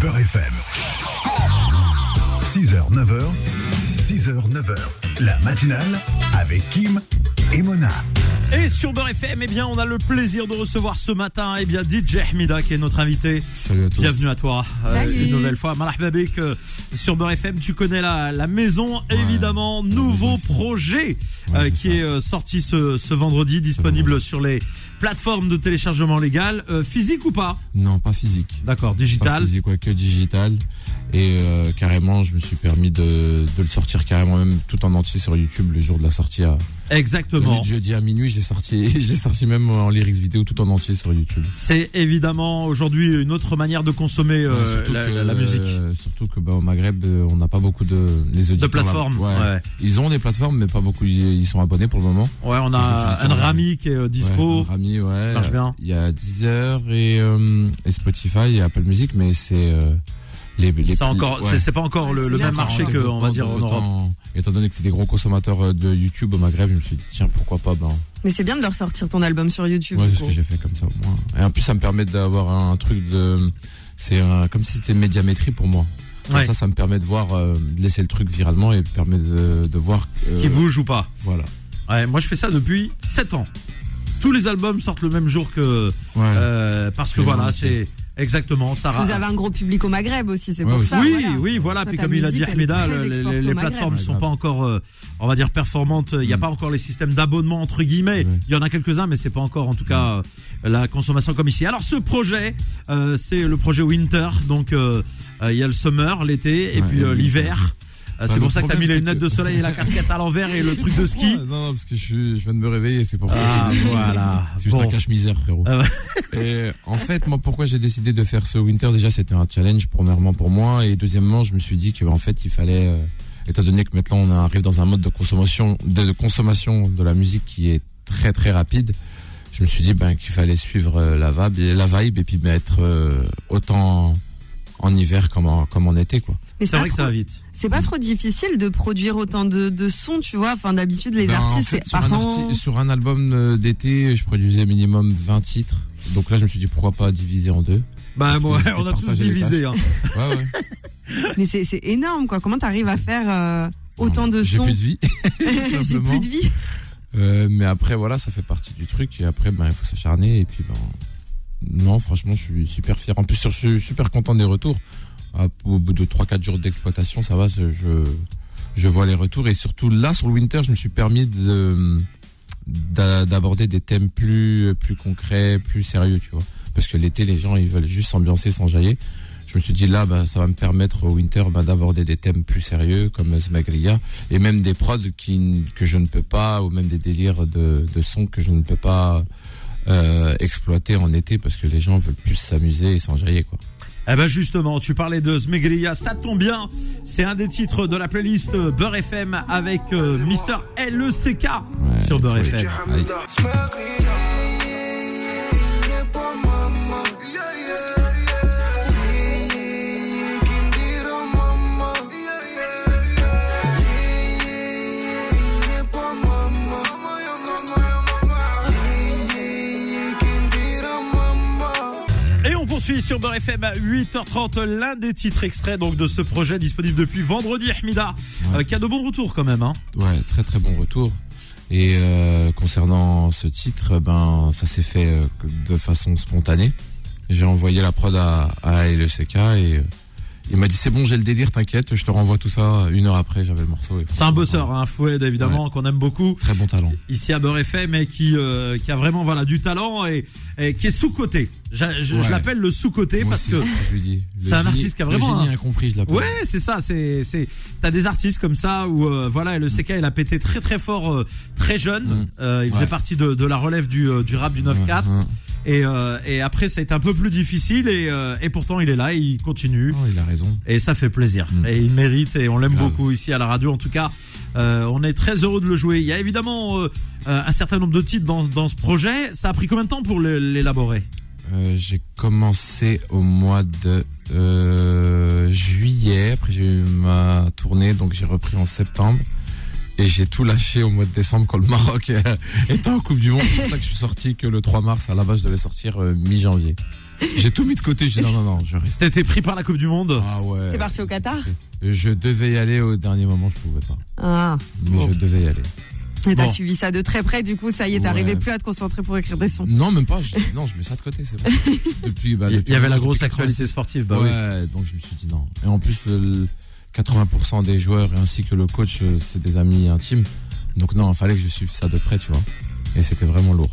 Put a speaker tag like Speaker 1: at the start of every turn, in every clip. Speaker 1: Beurre FM. 6h, 9h, 6h, 9h. La matinale avec Kim et Mona.
Speaker 2: Et sur Beurre FM, eh bien, on a le plaisir de recevoir ce matin eh bien, DJ Hamida qui est notre invité.
Speaker 3: Salut à tous.
Speaker 2: Bienvenue à toi euh,
Speaker 4: Salut.
Speaker 2: une nouvelle fois. Malhab Babek euh, sur Beurre FM, tu connais la, la maison évidemment. Nouveau
Speaker 3: maison, c'est-
Speaker 2: projet
Speaker 3: Ouais,
Speaker 2: euh,
Speaker 3: c'est
Speaker 2: qui
Speaker 3: ça.
Speaker 2: est euh, sorti ce, ce vendredi, disponible sur les plateformes de téléchargement légal. Euh, physique ou pas
Speaker 3: Non, pas physique.
Speaker 2: D'accord,
Speaker 3: Pas
Speaker 2: digital.
Speaker 3: physique, ouais, que digital. Et euh, carrément, je me suis permis de, de le sortir carrément même tout en entier sur YouTube le jour de la sortie. À, au lieu
Speaker 2: Exactement.
Speaker 3: de jeudi à minuit, j'ai sorti, j'ai sorti même en lyrics vidéo tout en entier sur YouTube.
Speaker 2: C'est évidemment aujourd'hui une autre manière de consommer euh,
Speaker 3: Ouais, surtout
Speaker 2: la,
Speaker 3: que,
Speaker 2: la- la musique.
Speaker 3: euh, surtout que bah, au Maghreb, euh, on n'a pas beaucoup de les
Speaker 2: de
Speaker 3: auditeurs.
Speaker 2: plateforme.
Speaker 3: là- ouais.
Speaker 2: ouais.
Speaker 3: Ils ont des plateformes, mais pas beaucoup. Ils ils sont abonnés pour le moment.
Speaker 2: Ouais, on
Speaker 3: Je
Speaker 2: a
Speaker 3: l'ai fait
Speaker 2: un
Speaker 3: sur
Speaker 2: Rami qui est euh, dispo.
Speaker 3: Ouais, Rami, ouais.
Speaker 2: Marche bien.
Speaker 3: Il y a Deezer et, euh, et Spotify et Apple Music, mais c'est euh, les, les
Speaker 2: Ça encore,
Speaker 3: ouais.
Speaker 2: c'est- c'est pas encore le,
Speaker 4: Ouais,
Speaker 2: le
Speaker 4: c'est
Speaker 2: même
Speaker 4: ça.
Speaker 2: marché que, on va dire, en Europe.
Speaker 3: Autant- Étant donné que c'est des gros consommateurs euh, de YouTube au Maghreb, je me suis dit, tiens, pourquoi pas ben,
Speaker 4: Mais c'est bien de leur sortir ton album sur YouTube.
Speaker 3: Moi,
Speaker 4: du
Speaker 3: c'est ce
Speaker 4: coup.
Speaker 3: que j'ai fait comme ça au moins. Et en plus, ça me permet d'avoir un truc de. C'est un- comme si c'était médiamétrie pour moi. Comme
Speaker 2: Ouais.
Speaker 3: ça, ça me permet de voir, euh, de laisser le truc viralement et permet de, de voir. euh,
Speaker 2: Qui bouge ou pas.
Speaker 3: voilà.
Speaker 2: Ouais, moi je fais ça depuis 7 ans. Tous les albums sortent le même jour que,
Speaker 3: Ouais.
Speaker 2: euh, parce que
Speaker 3: C'est
Speaker 2: voilà,
Speaker 3: marrant,
Speaker 2: c'est exactement ça.
Speaker 4: Parce que Vous avez un gros public au Maghreb aussi, c'est
Speaker 3: Ouais,
Speaker 4: pour
Speaker 3: aussi.
Speaker 4: ça.
Speaker 2: oui,
Speaker 4: voilà.
Speaker 2: oui, voilà.
Speaker 4: Toi,
Speaker 2: Puis
Speaker 4: ta
Speaker 2: comme il a dit
Speaker 4: musique, elle est
Speaker 2: Ahmeda,
Speaker 4: très
Speaker 2: le- les,
Speaker 4: exportée
Speaker 2: les
Speaker 4: au
Speaker 2: plateformes
Speaker 4: Maghreb.
Speaker 2: sont pas encore, euh, on va dire, performantes. Il n'y a
Speaker 3: Mm.
Speaker 2: pas encore les systèmes d'abonnement entre guillemets.
Speaker 3: Ouais.
Speaker 2: Il y en a quelques-uns, mais c'est pas encore, en tout cas, euh, la consommation comme ici. Alors ce projet, euh, c'est le projet Winter. Donc euh, euh, il y a le summer, l'été, et
Speaker 3: Ouais,
Speaker 2: puis
Speaker 3: et
Speaker 2: euh,
Speaker 3: le
Speaker 2: l'hiver. Euh, c'est
Speaker 3: Bah,
Speaker 2: pour
Speaker 3: le
Speaker 2: ça que t'as mis les
Speaker 3: problème, c'est
Speaker 2: lunettes
Speaker 3: que-
Speaker 2: de soleil et la casquette à l'envers et le truc de ski.
Speaker 3: Ouais, non, non, parce que je, suis- je viens de me réveiller, c'est pour ça.
Speaker 2: Ah voilà.
Speaker 3: C'est juste
Speaker 2: Bon.
Speaker 3: un cache-misère, frérot.
Speaker 2: Ah ouais.
Speaker 3: Et en fait, moi, pourquoi j'ai décidé de faire ce winter Déjà, c'était un challenge, premièrement pour moi, et deuxièmement, je me suis dit que, en fait, il fallait, euh, étant donné que maintenant on arrive dans un mode de consommation, de, de consommation de la musique qui est très très rapide, je me suis dit ben qu'il fallait suivre euh, la vibe, et la vibe, et puis ben, être euh, autant en hiver comme en, comme en été, quoi.
Speaker 4: Mais
Speaker 2: C'est
Speaker 4: c'est pas,
Speaker 2: vrai que ça
Speaker 4: trop-
Speaker 2: va vite.
Speaker 3: Ah,
Speaker 4: c'est pas trop difficile de produire autant de, de sons, tu vois. Enfin, d'habitude, les
Speaker 3: Ben, en
Speaker 4: artistes,
Speaker 3: fait,
Speaker 4: c'est
Speaker 3: sur,
Speaker 4: par
Speaker 3: un
Speaker 4: an.
Speaker 3: arti- sur un album euh, d'été, je produisais minimum 20 titres. Donc là, je me suis dit pourquoi pas diviser en deux.
Speaker 2: Bah
Speaker 3: puis,
Speaker 2: ouais,
Speaker 3: c'était
Speaker 2: on a tous
Speaker 3: partager les
Speaker 2: divisé. Hein.
Speaker 3: Ouais, ouais.
Speaker 4: Mais c'est c'est énorme, quoi. Comment t'arrives à faire euh, autant de
Speaker 3: J'ai
Speaker 4: sons
Speaker 3: plus de vie.
Speaker 4: J'ai
Speaker 3: simplement.
Speaker 4: plus de vie.
Speaker 3: Euh, mais après, voilà, ça fait partie du truc. Et après, ben, il faut s'acharner. Et puis, ben, non, franchement, je suis super fier. En plus, je suis super content des retours. Ah, Au bout de 3-4 jours d'exploitation, ça va, je, je vois les retours. Et surtout, là, sur le winter, je me suis permis de, d'a- d'aborder des thèmes plus, plus concrets, plus sérieux, tu vois. Parce que l'été, les gens, ils veulent juste s'ambiancer, s'enjailler. Je me suis dit, là, ben, ça va me permettre au winter ben, d'aborder des thèmes plus sérieux, comme Smagria et même des prods qui, n- que je ne peux pas, ou même des délires de, de sons que je ne peux pas euh, exploiter en été parce que les gens veulent plus s'amuser et s'enjailler quoi.
Speaker 2: Eh ben justement, tu parlais de Smeglia, ça tombe bien. C'est un des titres de la playlist euh, Beurre FM avec euh, Mister LECK sur
Speaker 3: il
Speaker 2: Beurre
Speaker 3: faut
Speaker 2: FM.
Speaker 3: Aïe.
Speaker 2: Et on poursuit sur Beurre FM à 8h30, l'un des titres extraits donc de ce projet disponible depuis vendredi, Ahmida,
Speaker 3: Ouais.
Speaker 2: euh, qui a de bons retours quand même. Hein.
Speaker 3: Ouais, très très bon retour. Et euh, concernant ce titre, ben ça s'est fait euh, de façon spontanée. J'ai envoyé la prod à, à LECK et euh, il m'a dit c'est bon j'ai le délire t'inquiète je te renvoie tout ça une heure après j'avais le morceau. et
Speaker 2: C'est un
Speaker 3: franchement,
Speaker 2: bosseur, hein, Foued évidemment, qu'on aime beaucoup.
Speaker 3: Très bon talent.
Speaker 2: Ici à Beurre FM et qui, euh, qui a vraiment voilà du talent et, et qui est sous-côté. Je, je- je
Speaker 3: Ouais.
Speaker 2: l'appelle le sous-côté
Speaker 3: Moi
Speaker 2: parce
Speaker 3: aussi,
Speaker 2: que
Speaker 3: c'est ce je lui dis. Le
Speaker 2: c'est un
Speaker 3: génie-
Speaker 2: artiste qui a vraiment
Speaker 3: Le génie
Speaker 2: un-
Speaker 3: incompris je l'appelle.
Speaker 2: Ouais, c'est ça. C'est, c'est. T'as des artistes comme ça où euh, voilà, le CK il a pété très très fort, euh, très jeune.
Speaker 3: Mm.
Speaker 2: Euh, il faisait
Speaker 3: Ouais. Mm.
Speaker 2: partie de, de la relève du, euh, du rap du 9-4
Speaker 3: Ouais, ouais.
Speaker 2: et euh, et après ça a été un peu plus difficile et euh, et pourtant il est là, il continue.
Speaker 3: Oh, il a raison.
Speaker 2: Et ça fait plaisir.
Speaker 3: Mm.
Speaker 2: Et il mérite et on l'aime
Speaker 3: Grave.
Speaker 2: beaucoup ici à la radio. En tout cas, euh, on est très heureux de le jouer. Il y a évidemment euh, euh, un certain nombre de titres dans, dans ce projet. Ça a pris combien de temps pour l'é- l'élaborer
Speaker 3: Euh, j'ai commencé au mois de euh, juillet, après j'ai eu ma tournée, donc j'ai repris en septembre. Et j'ai tout lâché au mois de décembre quand le Maroc euh, était en Coupe du Monde. C'est pour ça que je suis sorti que le 3 mars, à la base je devais sortir euh, mi-janvier. J'ai tout mis de côté. J'ai dit, non, non, non, je reste.
Speaker 2: T'as été pris par la Coupe du Monde
Speaker 3: Ah ouais.
Speaker 4: T'es parti au Qatar
Speaker 3: Je devais y aller au dernier moment, je pouvais pas.
Speaker 4: Ah.
Speaker 3: Mais
Speaker 2: Bon.
Speaker 3: je devais y aller.
Speaker 4: Et t'as
Speaker 2: Bon.
Speaker 4: suivi ça de très près, du coup, ça y est, t'arrivais
Speaker 3: Ouais.
Speaker 4: plus à te concentrer pour écrire des sons.
Speaker 3: Non, même pas. Je, non, je mets ça de côté, c'est bon. Depuis, bah,
Speaker 2: Il
Speaker 3: depuis-
Speaker 2: y avait la
Speaker 3: depuis
Speaker 2: grosse
Speaker 3: 86.
Speaker 2: actualité sportive. Bah oui.
Speaker 3: ouais, donc je me suis dit non. Et en plus, le- 80% des joueurs ainsi que le coach, euh, c'est des amis intimes. Donc non, il fallait que je suive ça de près, tu vois. Et c'était vraiment lourd.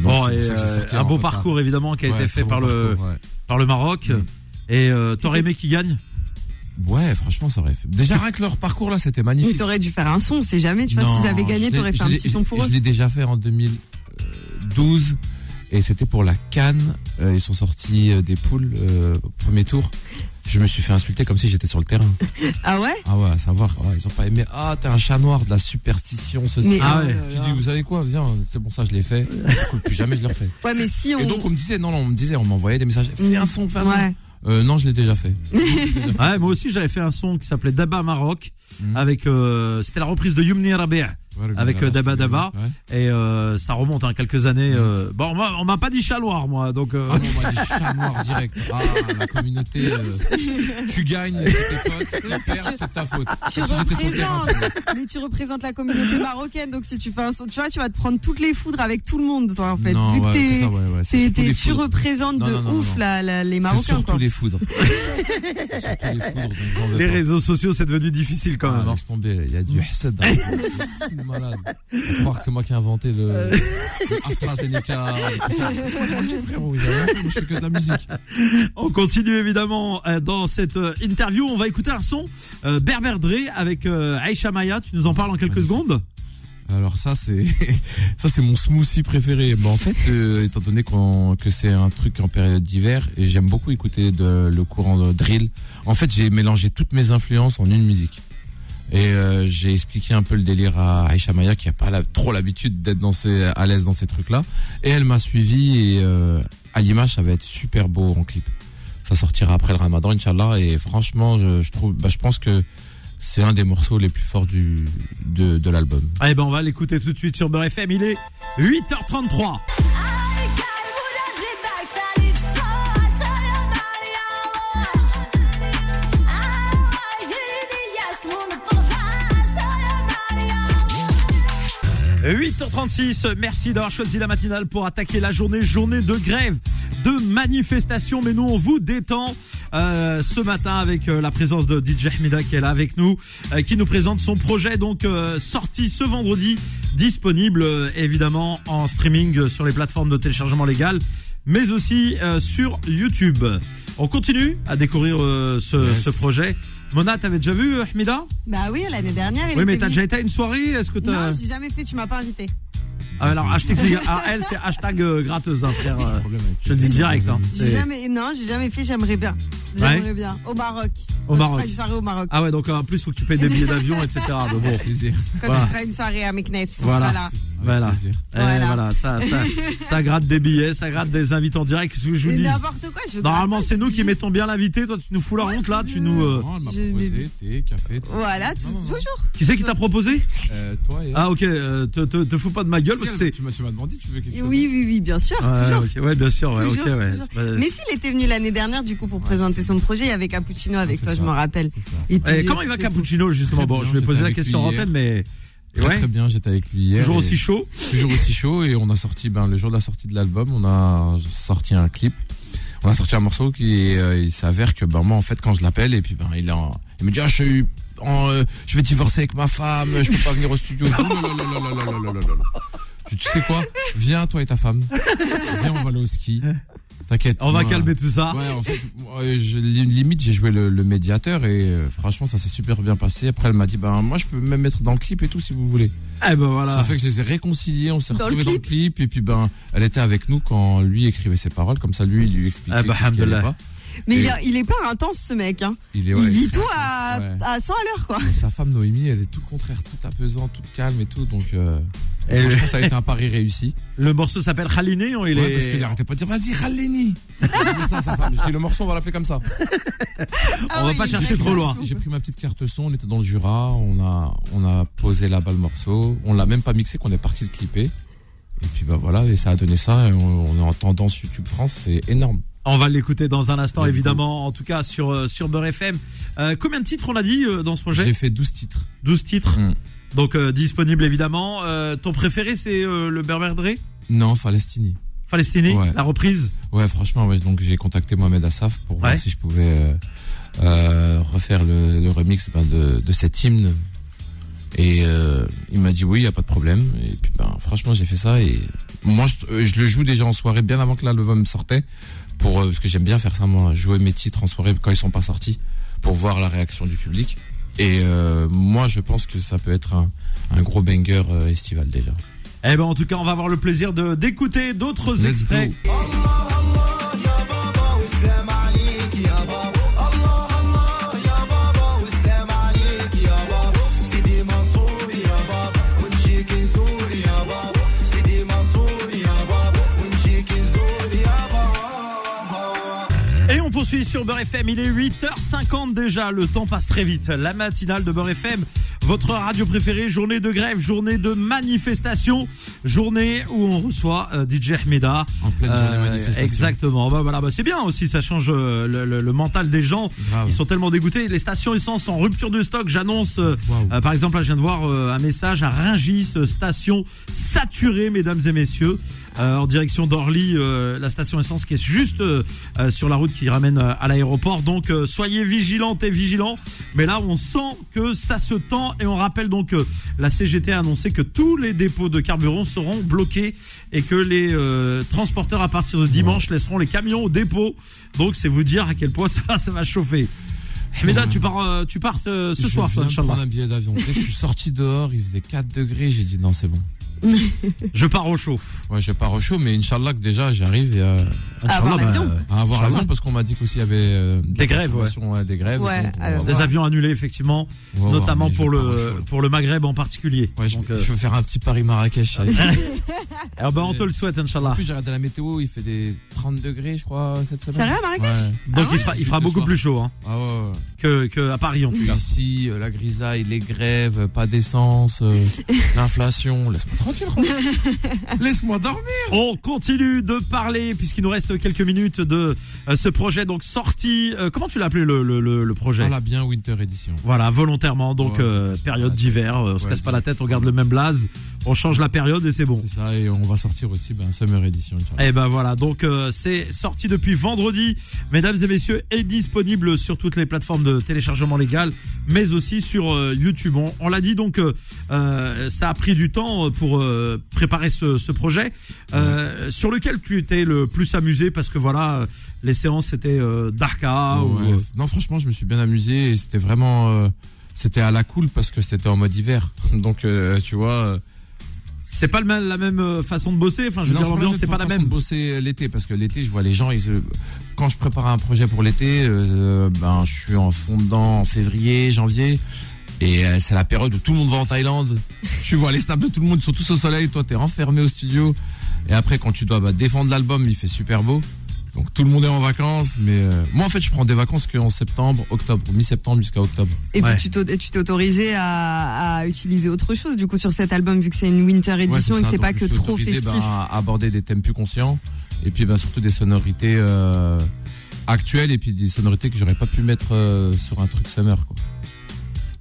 Speaker 3: Donc,
Speaker 2: Bon,
Speaker 3: c'est
Speaker 2: et,
Speaker 3: pour ça que j'ai
Speaker 2: euh,
Speaker 3: sorti
Speaker 2: un
Speaker 3: en
Speaker 2: beau
Speaker 3: retard.
Speaker 2: parcours évidemment qui a
Speaker 3: Ouais,
Speaker 2: été
Speaker 3: très
Speaker 2: fait
Speaker 3: bon
Speaker 2: par, le,
Speaker 3: parcours, ouais.
Speaker 2: par le Maroc.
Speaker 3: Mm.
Speaker 2: Et euh, t'aurais aimé qu'il gagne
Speaker 3: Ouais, franchement, ça aurait fait. Déjà, rien que leur parcours là, c'était
Speaker 4: Mais
Speaker 3: magnifique.
Speaker 4: t'aurais dû faire un son, on sait jamais. Tu vois,
Speaker 3: Non,
Speaker 4: s'ils avaient
Speaker 3: je
Speaker 4: gagné,
Speaker 3: l'ai-
Speaker 4: t'aurais fait
Speaker 3: je
Speaker 4: un
Speaker 3: l'ai-
Speaker 4: petit son pour
Speaker 3: je-
Speaker 4: eux.
Speaker 3: Je l'ai déjà fait en 2012 et c'était pour la Cannes. Euh, Ils sont sortis euh, des poules euh, au premier tour. Je me suis fait insulter comme si j'étais sur le terrain.
Speaker 4: Ah ouais
Speaker 3: Ah ouais, à savoir, ouais, ils ont pas aimé. Ah, t'es un chat noir de la superstition, ceci.
Speaker 4: Mais-
Speaker 2: Ah ouais.
Speaker 4: là
Speaker 3: J'ai
Speaker 4: là.
Speaker 3: dit, vous savez quoi, viens, c'est bon, ça je l'ai fait. Du coup, plus jamais je le refais.
Speaker 4: Ouais, mais si on.
Speaker 3: Et donc, on me disait, non, non, on me disait, on m'envoyait des messages, fais un son, fais un
Speaker 4: ouais.
Speaker 3: son. Euh, non, je l'ai déjà fait.
Speaker 2: Ouais, moi aussi j'avais fait un son qui s'appelait Daba Maroc
Speaker 3: Mm.
Speaker 2: avec euh, c'était la reprise de Yumni Rabia Avec, euh, Daba Daba.
Speaker 3: Ouais.
Speaker 2: et euh, ça remonte à quelques années.
Speaker 3: Mm.
Speaker 2: euh, bon, on m'a- on m'a pas dit chaloir moi, donc euh,
Speaker 3: Ah non, on m'a dit chat noir direct. Ah, la communauté, euh, tu gagnes, c'est tes potes, tu perds, c'est ta faute.
Speaker 4: Tu
Speaker 3: Comme si j'étais sur le terrain.
Speaker 4: représentes, mais tu représentes la communauté marocaine, donc si tu fais un son, tu vois, tu vas te prendre toutes les foudres avec tout le monde, toi, en fait.
Speaker 3: Non,
Speaker 4: Vu que
Speaker 3: ouais,
Speaker 4: t'es-
Speaker 3: c'est ça, ouais, ouais. c'est
Speaker 4: t'es-
Speaker 3: surtout
Speaker 4: t'es-
Speaker 3: les
Speaker 4: tu
Speaker 3: foudres.
Speaker 4: représentes
Speaker 3: Non,
Speaker 4: de
Speaker 3: non, non,
Speaker 4: ouf
Speaker 3: non.
Speaker 4: la- la- les
Speaker 3: C'est
Speaker 4: Marocains,
Speaker 3: surtout
Speaker 4: quoi.
Speaker 3: les foudres. C'est surtout les foudres, donc j'en veux
Speaker 2: les
Speaker 3: pas.
Speaker 2: réseaux sociaux c'est devenu difficile quand
Speaker 3: Ah,
Speaker 2: même. hein.
Speaker 3: laisse tomber, il y a du hasad dans le monde. C'est fou, malade. À croire que c'est moi qui ai inventé le,
Speaker 2: Euh.
Speaker 3: le AstraZeneca. tout ça. C'est moi qui ai inventé, frérot, j'ai rien fait, moi, je fais que de la musique.
Speaker 2: On continue évidemment euh, dans cette euh, interview. On va écouter un son euh, Berber Dre avec euh, Aïcha Maya. Tu nous en parles en quelques
Speaker 3: Magnifique.
Speaker 2: secondes.
Speaker 3: Alors ça c'est ça c'est mon smoothie préféré. Bah, en fait, euh, étant donné qu'on- que c'est un truc en période d'hiver, et j'aime beaucoup écouter de, le courant de drill. En fait, j'ai mélangé toutes mes influences en une musique. Et euh, j'ai expliqué un peu le délire à Aïcha Maya qui a pas la- trop l'habitude d'être dans ces- à l'aise dans ces trucs-là. Et elle m'a suivi et euh, à l'image ça va être super beau en clip. Ça sortira après le Ramadan, Inch'Allah. Et franchement, je, je trouve, bah, je pense que c'est un des morceaux les plus forts du de, de l'album.
Speaker 2: Eh ben on va l'écouter tout de suite sur Beurre FM. Il est 8h33.
Speaker 5: Maria
Speaker 2: 8h36, merci d'avoir choisi la matinale pour attaquer la journée, journée de grève, de manifestation, mais nous on vous détend euh, ce matin avec euh, la présence de DJ Hamida qui est là avec nous, euh, qui nous présente son projet donc euh, sorti ce vendredi, disponible euh, évidemment en streaming euh, sur les plateformes de téléchargement légal, mais aussi euh, sur YouTube. On continue à découvrir euh, ce,
Speaker 3: Yes.
Speaker 2: ce projet. Mona, t'avais déjà vu euh, Hamida
Speaker 4: Bah oui, l'année dernière, il
Speaker 2: Oui, mais
Speaker 4: était
Speaker 2: t'as
Speaker 4: venu-
Speaker 2: déjà été euh, à une soirée Est-ce que t'as...
Speaker 4: Non, j'ai jamais fait, tu m'as pas invité.
Speaker 2: Alors, hashtag, ah, elle, c'est hashtag euh, gratteuse, hein, frère. euh,
Speaker 3: problème avec
Speaker 2: je te le dis direct. Hein.
Speaker 4: J'ai
Speaker 2: C'est-
Speaker 4: jamais, non, j'ai jamais fait, j'aimerais bien. J'aimerais bien. Au Maroc.
Speaker 2: Au
Speaker 4: Quand tu
Speaker 2: Maroc.
Speaker 4: feras une soirée au Maroc.
Speaker 2: Ah ouais, donc en plus, faut que tu payes des billets d'avion, etc. Mais bon.
Speaker 3: plaisir.
Speaker 4: Quand
Speaker 2: voilà.
Speaker 4: tu feras une soirée à Meknes, tu
Speaker 2: Voilà.
Speaker 4: seras là.
Speaker 2: Voilà.
Speaker 3: plaisir.
Speaker 2: Eh,
Speaker 4: Voilà.
Speaker 2: Voilà, ça, ça, ça gratte des billets, ça gratte des invités en direct. Qu'est-ce que je vous dis
Speaker 4: Mais n'importe quoi, je veux
Speaker 2: Normalement,
Speaker 4: gratter,
Speaker 2: c'est
Speaker 4: je
Speaker 2: nous
Speaker 4: dis
Speaker 2: qui
Speaker 4: juste-
Speaker 2: mettons bien l'invité. Toi, tu nous fous la honte là. Tu nous. euh,
Speaker 3: Non, Oh, elle m'a
Speaker 4: je-
Speaker 3: proposé thé, café, tout.
Speaker 4: Voilà, tout-
Speaker 3: Non, non, non.
Speaker 4: toujours.
Speaker 2: Qui c'est qui t'a proposé
Speaker 3: Euh, toi et
Speaker 2: Ah ok, euh, te, te, te fous pas de ma gueule
Speaker 3: Si,
Speaker 2: parce que
Speaker 3: elle-
Speaker 2: c'est.
Speaker 3: Tu m'as tu m'as demandé, tu veux quelque
Speaker 4: Oui,
Speaker 3: chose
Speaker 4: oui, oui, bien sûr,
Speaker 2: Ouais,
Speaker 4: toujours.
Speaker 2: ok, ouais, bien sûr, ouais,
Speaker 4: Toujours,
Speaker 2: ok, ouais.
Speaker 4: toujours.
Speaker 2: Bah,
Speaker 4: Mais s'il était venu l'année dernière, du coup, pour présenter son projet, il y avait Cappuccino avec
Speaker 2: Ah,
Speaker 3: c'est
Speaker 4: toi, je
Speaker 3: ça.
Speaker 4: me rappelle.
Speaker 3: C'est ça.
Speaker 4: Il était-
Speaker 2: eh, comment il va Cappuccino justement
Speaker 3: Très
Speaker 2: Bon,
Speaker 3: bien,
Speaker 2: je vais
Speaker 3: j'étais
Speaker 2: poser la
Speaker 3: avec
Speaker 2: question en
Speaker 3: lui hier.
Speaker 2: antenne, mais
Speaker 3: Très,
Speaker 2: ouais,
Speaker 3: très bien, j'étais avec lui hier.
Speaker 2: toujours
Speaker 3: et-
Speaker 2: aussi chaud.
Speaker 3: toujours aussi chaud et on a sorti ben, le jour de la sortie de l'album, on a sorti un clip. On a sorti un morceau qui euh, il s'avère que ben moi en fait quand je l'appelle et puis ben il est en- il me dit ah, je suis en, euh, je vais divorcer avec ma femme, je peux pas venir au studio. Je dis, tu sais quoi Viens toi et ta femme. Viens on va aller au ski. T'inquiète.
Speaker 2: On va
Speaker 3: moi-
Speaker 2: calmer tout ça.
Speaker 3: Ouais, en fait, moi, je- li- limite, j'ai joué le, le médiateur et euh, franchement, ça s'est super bien passé. Après, elle m'a dit, ben, moi, je peux même mettre dans le clip et tout si vous voulez.
Speaker 2: Eh ben voilà.
Speaker 3: Ça fait que je les ai réconciliés, on s'est
Speaker 4: Dans le
Speaker 3: retrouvés dans le clip, et puis ben, elle était avec nous quand lui écrivait ses paroles, comme ça lui, il lui expliquait
Speaker 2: Ah bah,
Speaker 3: qu'est-ce qu'il allait
Speaker 2: Alhamdoulilah.
Speaker 3: pas.
Speaker 4: Mais il, a- il est pas intense, ce mec. Hein.
Speaker 3: Il est,
Speaker 4: il
Speaker 3: ouais,
Speaker 4: dit tout à,
Speaker 3: Ouais.
Speaker 4: à 100 à l'heure, quoi.
Speaker 3: et Sa femme Noémie, elle est tout le contraire, toute apaisante, toute calme et tout, donc euh,
Speaker 2: Elle-
Speaker 3: franchement, ça a été un pari réussi.
Speaker 2: Le morceau s'appelle Khaliné, on- il
Speaker 3: Ouais,
Speaker 2: est.
Speaker 3: Parce qu'il arrêtait pas de dire, vas-y, Khaleni Elle disait ça à sa femme. Je dis, le morceau, on va l'appeler comme ça.
Speaker 4: Ah
Speaker 2: va pas chercher trop loin.
Speaker 3: J'ai pris ma petite carte son, on était dans le Jura, on a, on a posé là-bas le morceau, on l'a même pas mixé, qu'on est parti le ben, clipper. Et puis bah voilà, et ça a donné ça, et on, on est en tendance YouTube France, c'est énorme.
Speaker 2: On va l'écouter dans un instant,
Speaker 3: Let's go.
Speaker 2: évidemment, en tout cas sur, euh, sur Beurre FM. Euh, combien de titres on a dit euh, dans ce projet
Speaker 3: J'ai fait 12 titres.
Speaker 2: 12 titres.
Speaker 3: Mm.
Speaker 2: Donc euh, disponible évidemment. Euh, ton préféré c'est euh, le Beurre Dre
Speaker 3: Non, Falestini.
Speaker 2: Falestini,
Speaker 3: Ouais.
Speaker 2: la reprise.
Speaker 3: Ouais, franchement, ouais, donc j'ai contacté Mohamed Assaf pour
Speaker 2: Ouais.
Speaker 3: voir si je pouvais euh, euh, refaire le, le remix ben, de, de cet hymne. Et euh, il m'a dit oui, il y a pas de problème. Et puis ben, franchement, j'ai fait ça. Et moi, je, euh, je le joue déjà en soirée, bien avant que l'album sortait, pour euh, parce que j'aime bien faire ça, moi, jouer mes titres en soirée quand ils sont pas sortis, pour voir la réaction du public. Et euh, moi, je pense que ça peut être un, un gros banger euh, estival déjà.
Speaker 2: Eh ben en tout cas, on va avoir le plaisir de d'écouter d'autres
Speaker 3: Let's
Speaker 2: extraits.
Speaker 3: go.
Speaker 2: Et on poursuit sur Beurre FM. Il est 8h50 déjà. Le temps passe très vite. La matinale de Beurre FM, votre radio préférée. Journée de grève, journée de manifestation, journée où on reçoit euh, DJ Ahmeda.
Speaker 3: En pleine journée
Speaker 2: Euh,
Speaker 3: manifestation.
Speaker 2: exactement. Bah voilà, bah c'est bien aussi. Ça change euh, le, le- le mental des gens.
Speaker 3: Grave.
Speaker 2: Ils sont tellement dégoûtés. Les stations essence en rupture de stock. J'annonce, euh,
Speaker 3: Waouh.
Speaker 2: euh, par exemple, là, je viens de voir euh, un message à Ringis, euh, station saturée, mesdames et messieurs, euh, en direction d'Orly, euh, la station essence qui est juste euh, euh, sur la route qui ramène euh, à l'aéroport. Donc, euh, soyez vigilantes et vigilants. Mais là, on sent que ça se tend et on rappelle donc euh, la CGT a annoncé que tous les dépôts de carburant seront bloqués et que les euh, transporteurs à partir de dimanche laisseront les camions au dépôt. Donc, c'est vous dire à quel point ça, ça va chauffer. Ahmeda, tu pars, euh, tu pars euh, ce
Speaker 3: je
Speaker 2: soir, toi,
Speaker 3: viens de
Speaker 2: Inch'Allah.
Speaker 3: prendre un billet d'avion. Dès que je suis sorti dehors, il faisait 4 degrés. J'ai dit non, c'est bon.
Speaker 2: Je pars au chaud.
Speaker 3: Ouais, je pars au chaud, mais Inch'Allah que déjà j'arrive et, euh,
Speaker 4: Ah,
Speaker 2: Inch'Allah,
Speaker 4: avoir l'avion.
Speaker 2: bah,
Speaker 3: à avoir
Speaker 2: Inch'Allah.
Speaker 3: l'avion parce qu'on m'a dit qu'aussi il y avait euh, de la
Speaker 2: grèves,
Speaker 3: perturbation, ouais, des grèves.
Speaker 4: Ouais,
Speaker 3: donc on va
Speaker 4: euh,
Speaker 3: voir.
Speaker 2: Des avions annulés, effectivement,
Speaker 3: On va voir,
Speaker 2: notamment
Speaker 3: mais je
Speaker 2: pour
Speaker 3: pars au chaud,
Speaker 2: le,
Speaker 3: là.
Speaker 2: pour le Maghreb en particulier.
Speaker 3: Ouais, je,
Speaker 2: Donc,
Speaker 3: vais-
Speaker 2: euh,
Speaker 3: je vais faire un petit Paris-Marrakech. ça.
Speaker 2: ah bah, on te le souhaite,
Speaker 3: en
Speaker 2: Inch'Allah.
Speaker 3: plus, j'ai regardé la météo, il fait des 30 degrés, je crois, cette semaine.
Speaker 4: C'est vrai, à Marrakech
Speaker 3: Ouais.
Speaker 2: Donc,
Speaker 4: Ah
Speaker 2: il fera, il fera
Speaker 3: Ce
Speaker 2: beaucoup
Speaker 3: soir.
Speaker 2: plus chaud hein,
Speaker 3: Ah ouais, ouais.
Speaker 2: que, que à Paris, en plus.
Speaker 3: Puis ici, euh, la grisaille, les grèves, euh, pas d'essence, euh, l'inflation. Laisse-moi tranquille. quoi. Laisse-moi dormir.
Speaker 2: On continue de parler puisqu'il nous reste quelques minutes de euh, ce projet donc sorti. euh, comment tu l'as appelé le, le, le, le projet
Speaker 3: Voilà bien Winter Edition.
Speaker 2: Voilà, volontairement donc
Speaker 3: Ouais,
Speaker 2: euh,
Speaker 3: on se prend
Speaker 2: période
Speaker 3: la tête.
Speaker 2: d'hiver. euh, on se
Speaker 3: Ouais,
Speaker 2: casse pas la
Speaker 3: d'hiver.
Speaker 2: tête, on garde le même blaze, on change la période et c'est bon.
Speaker 3: C'est ça, et on va sortir aussi ben, Summer Edition. Inch'Allah.
Speaker 2: Et ben voilà, donc euh, c'est sorti depuis vendredi, mesdames et messieurs, et disponible sur toutes les plateformes de téléchargement légal, mais aussi sur euh, YouTube. On, on l'a dit donc, euh, euh, ça a pris du temps euh, pour euh, préparer ce, ce projet, euh, sur lequel tu étais le plus amusé parce que voilà, euh, les séances c'était euh, Darka
Speaker 3: Ouais.
Speaker 2: ou, euh,
Speaker 3: Non, franchement, je me suis bien amusé et c'était vraiment. euh, c'était à la cool parce que c'était en mode hiver. Donc, euh, tu vois. euh,
Speaker 2: c'est pas le même, la même euh, façon de bosser. Enfin, je veux
Speaker 3: non,
Speaker 2: dire l'ambiance c'est pas la
Speaker 3: façon de
Speaker 2: même.
Speaker 3: bosser euh, l'été parce que l'été, je vois les gens. Ils, se- quand je prépare un projet pour l'été, euh, ben, je suis en fondant en février, janvier. Et euh, c'est la période où tout le monde va en Thaïlande. Tu vois les snaps de tout le monde, ils sont tous au soleil. Toi, t'es renfermé au studio. Et après, quand tu dois bah, défendre l'album, il fait super beau. Donc tout le monde est en vacances. Mais euh, moi, en fait, je prends des vacances qu'en septembre, octobre, mi-septembre jusqu'à octobre.
Speaker 4: Et
Speaker 2: Ouais.
Speaker 4: puis tu t'au- tu t'es autorisé à, à utiliser autre chose du coup sur cet album vu que c'est une winter
Speaker 3: Ouais,
Speaker 4: edition
Speaker 3: c'est
Speaker 4: et que
Speaker 3: ça.
Speaker 4: c'est pas
Speaker 3: Donc,
Speaker 4: que
Speaker 3: je suis
Speaker 4: trop
Speaker 3: autorisé,
Speaker 4: festif.
Speaker 3: ben,
Speaker 2: bah,
Speaker 3: à aborder des thèmes plus conscients et puis ben, surtout des sonorités euh, actuelles et puis des sonorités que j'aurais pas pu mettre euh, sur un truc summer. Quoi.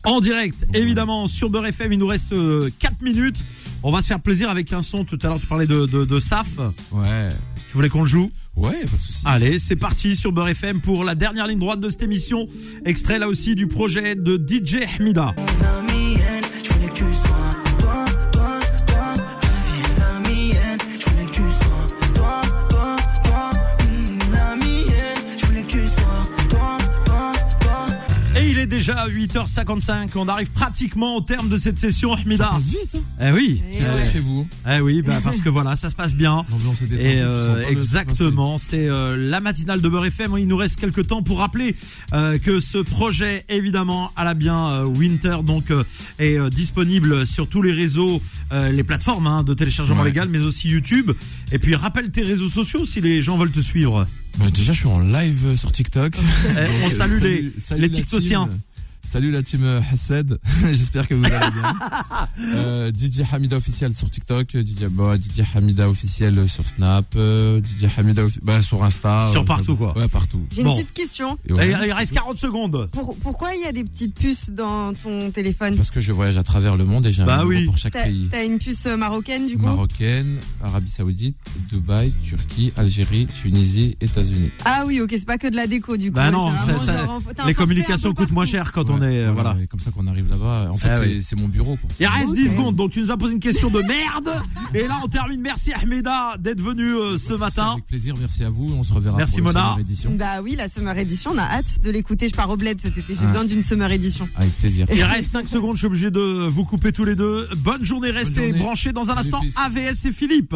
Speaker 2: En direct, évidemment, sur Beurre FM, il nous reste 4 minutes. On va se faire plaisir avec un son. Tout à l'heure, tu parlais de, de, de Saf.
Speaker 3: Ouais,
Speaker 2: Tu voulais qu'on le joue
Speaker 3: ouais, pas de souci.
Speaker 2: Allez, c'est parti sur Beurre FM pour la dernière ligne droite de cette émission. Extrait là aussi du projet de DJ Hamida.
Speaker 5: la mienne, je voulais que tu sois toi, toi, toi, deviens la mienne, je voulais que tu sois toi, toi, toi, mm, la mienne, je voulais que tu sois toi, toi, toi.
Speaker 2: Et il est déjà à 8h55. On arrive pratiquement au terme de cette session,
Speaker 3: ça
Speaker 2: Hamida.
Speaker 3: passe vite. Hein.
Speaker 2: Eh oui,
Speaker 4: Et
Speaker 3: C'est vrai, chez vous.
Speaker 2: eh oui, bah parce que voilà, ça se passe bien.
Speaker 3: L'ambiance est détendue.
Speaker 2: Et
Speaker 3: tu
Speaker 2: euh,
Speaker 3: sens pas le temps
Speaker 2: exactement, c'est euh, la matinale de Beurre FM. Il nous reste quelques temps pour rappeler euh, que ce projet, évidemment, à la bien euh, Winter, donc euh, est euh, disponible sur tous les réseaux, euh, les plateformes hein, de téléchargement
Speaker 3: Ouais.
Speaker 2: légal, mais aussi YouTube. Et puis rappelle tes réseaux sociaux si les gens veulent te suivre.
Speaker 3: passer. Bah, déjà, je suis en live euh, sur TikTok.
Speaker 2: Eh, on
Speaker 3: Donc,
Speaker 2: salue les,
Speaker 3: salut
Speaker 2: les
Speaker 3: la team.
Speaker 2: TikTokiens.
Speaker 3: Salut la team euh, Hassed, j'espère que vous allez bien. Euh, DJ Hamida officiel sur TikTok, euh, DJ, bah, DJ Hamida officiel sur Snap, euh, DJ Hamida offi- bah, sur Insta.
Speaker 2: Sur
Speaker 3: euh,
Speaker 2: partout, quoi.
Speaker 3: Ouais, partout.
Speaker 4: J'ai
Speaker 2: Bon.
Speaker 4: une petite question.
Speaker 3: Et ouais,
Speaker 2: Il il reste 40 secondes.
Speaker 4: Pour- pourquoi il y a des petites puces dans ton téléphone
Speaker 3: Parce que je voyage à travers le monde et j'ai un
Speaker 2: Bah
Speaker 3: numéro
Speaker 2: oui.
Speaker 3: pour chaque
Speaker 4: T'as
Speaker 3: pays.
Speaker 4: t'as une puce euh, marocaine du coup
Speaker 3: Marocaine, Arabie Saoudite, Dubaï, Turquie, Algérie, Tunisie, États-Unis.
Speaker 4: Ah oui, ok, c'est pas que de la déco du coup.
Speaker 2: Bah non,
Speaker 4: c'est vraiment
Speaker 2: ça- ça-
Speaker 4: genre en- t'as un forfait
Speaker 2: Les
Speaker 4: un
Speaker 2: communications
Speaker 4: peu
Speaker 2: coûtent moins
Speaker 4: partout.
Speaker 2: cher quand
Speaker 3: Ouais,
Speaker 2: on est. euh, Voilà.
Speaker 3: et comme ça qu'on arrive là-bas. En fait,
Speaker 2: Ah
Speaker 3: c'est
Speaker 2: oui.
Speaker 3: c'est mon bureau. Quoi.
Speaker 2: Il reste
Speaker 4: Ok.
Speaker 2: 10 secondes, donc tu nous as posé une question de merde. Et là, on termine. Merci Ahmeda d'être venu euh, ce matin.
Speaker 3: Avec plaisir, merci à vous. On se reverra
Speaker 2: Merci,
Speaker 3: pour la
Speaker 2: Mona.
Speaker 3: prochaine édition.
Speaker 4: Bah oui, la Summer Edition, on a hâte de l'écouter. Je pars au bled cet été, j'ai
Speaker 3: Ouais.
Speaker 4: besoin d'une Summer Edition.
Speaker 3: Avec plaisir.
Speaker 2: Il reste 5 secondes, je suis obligé de vous couper tous les deux. Bonne journée, restez
Speaker 3: journée.
Speaker 2: branchés dans un
Speaker 3: Allez,
Speaker 2: instant.
Speaker 3: peace.
Speaker 2: AVS et Philippe.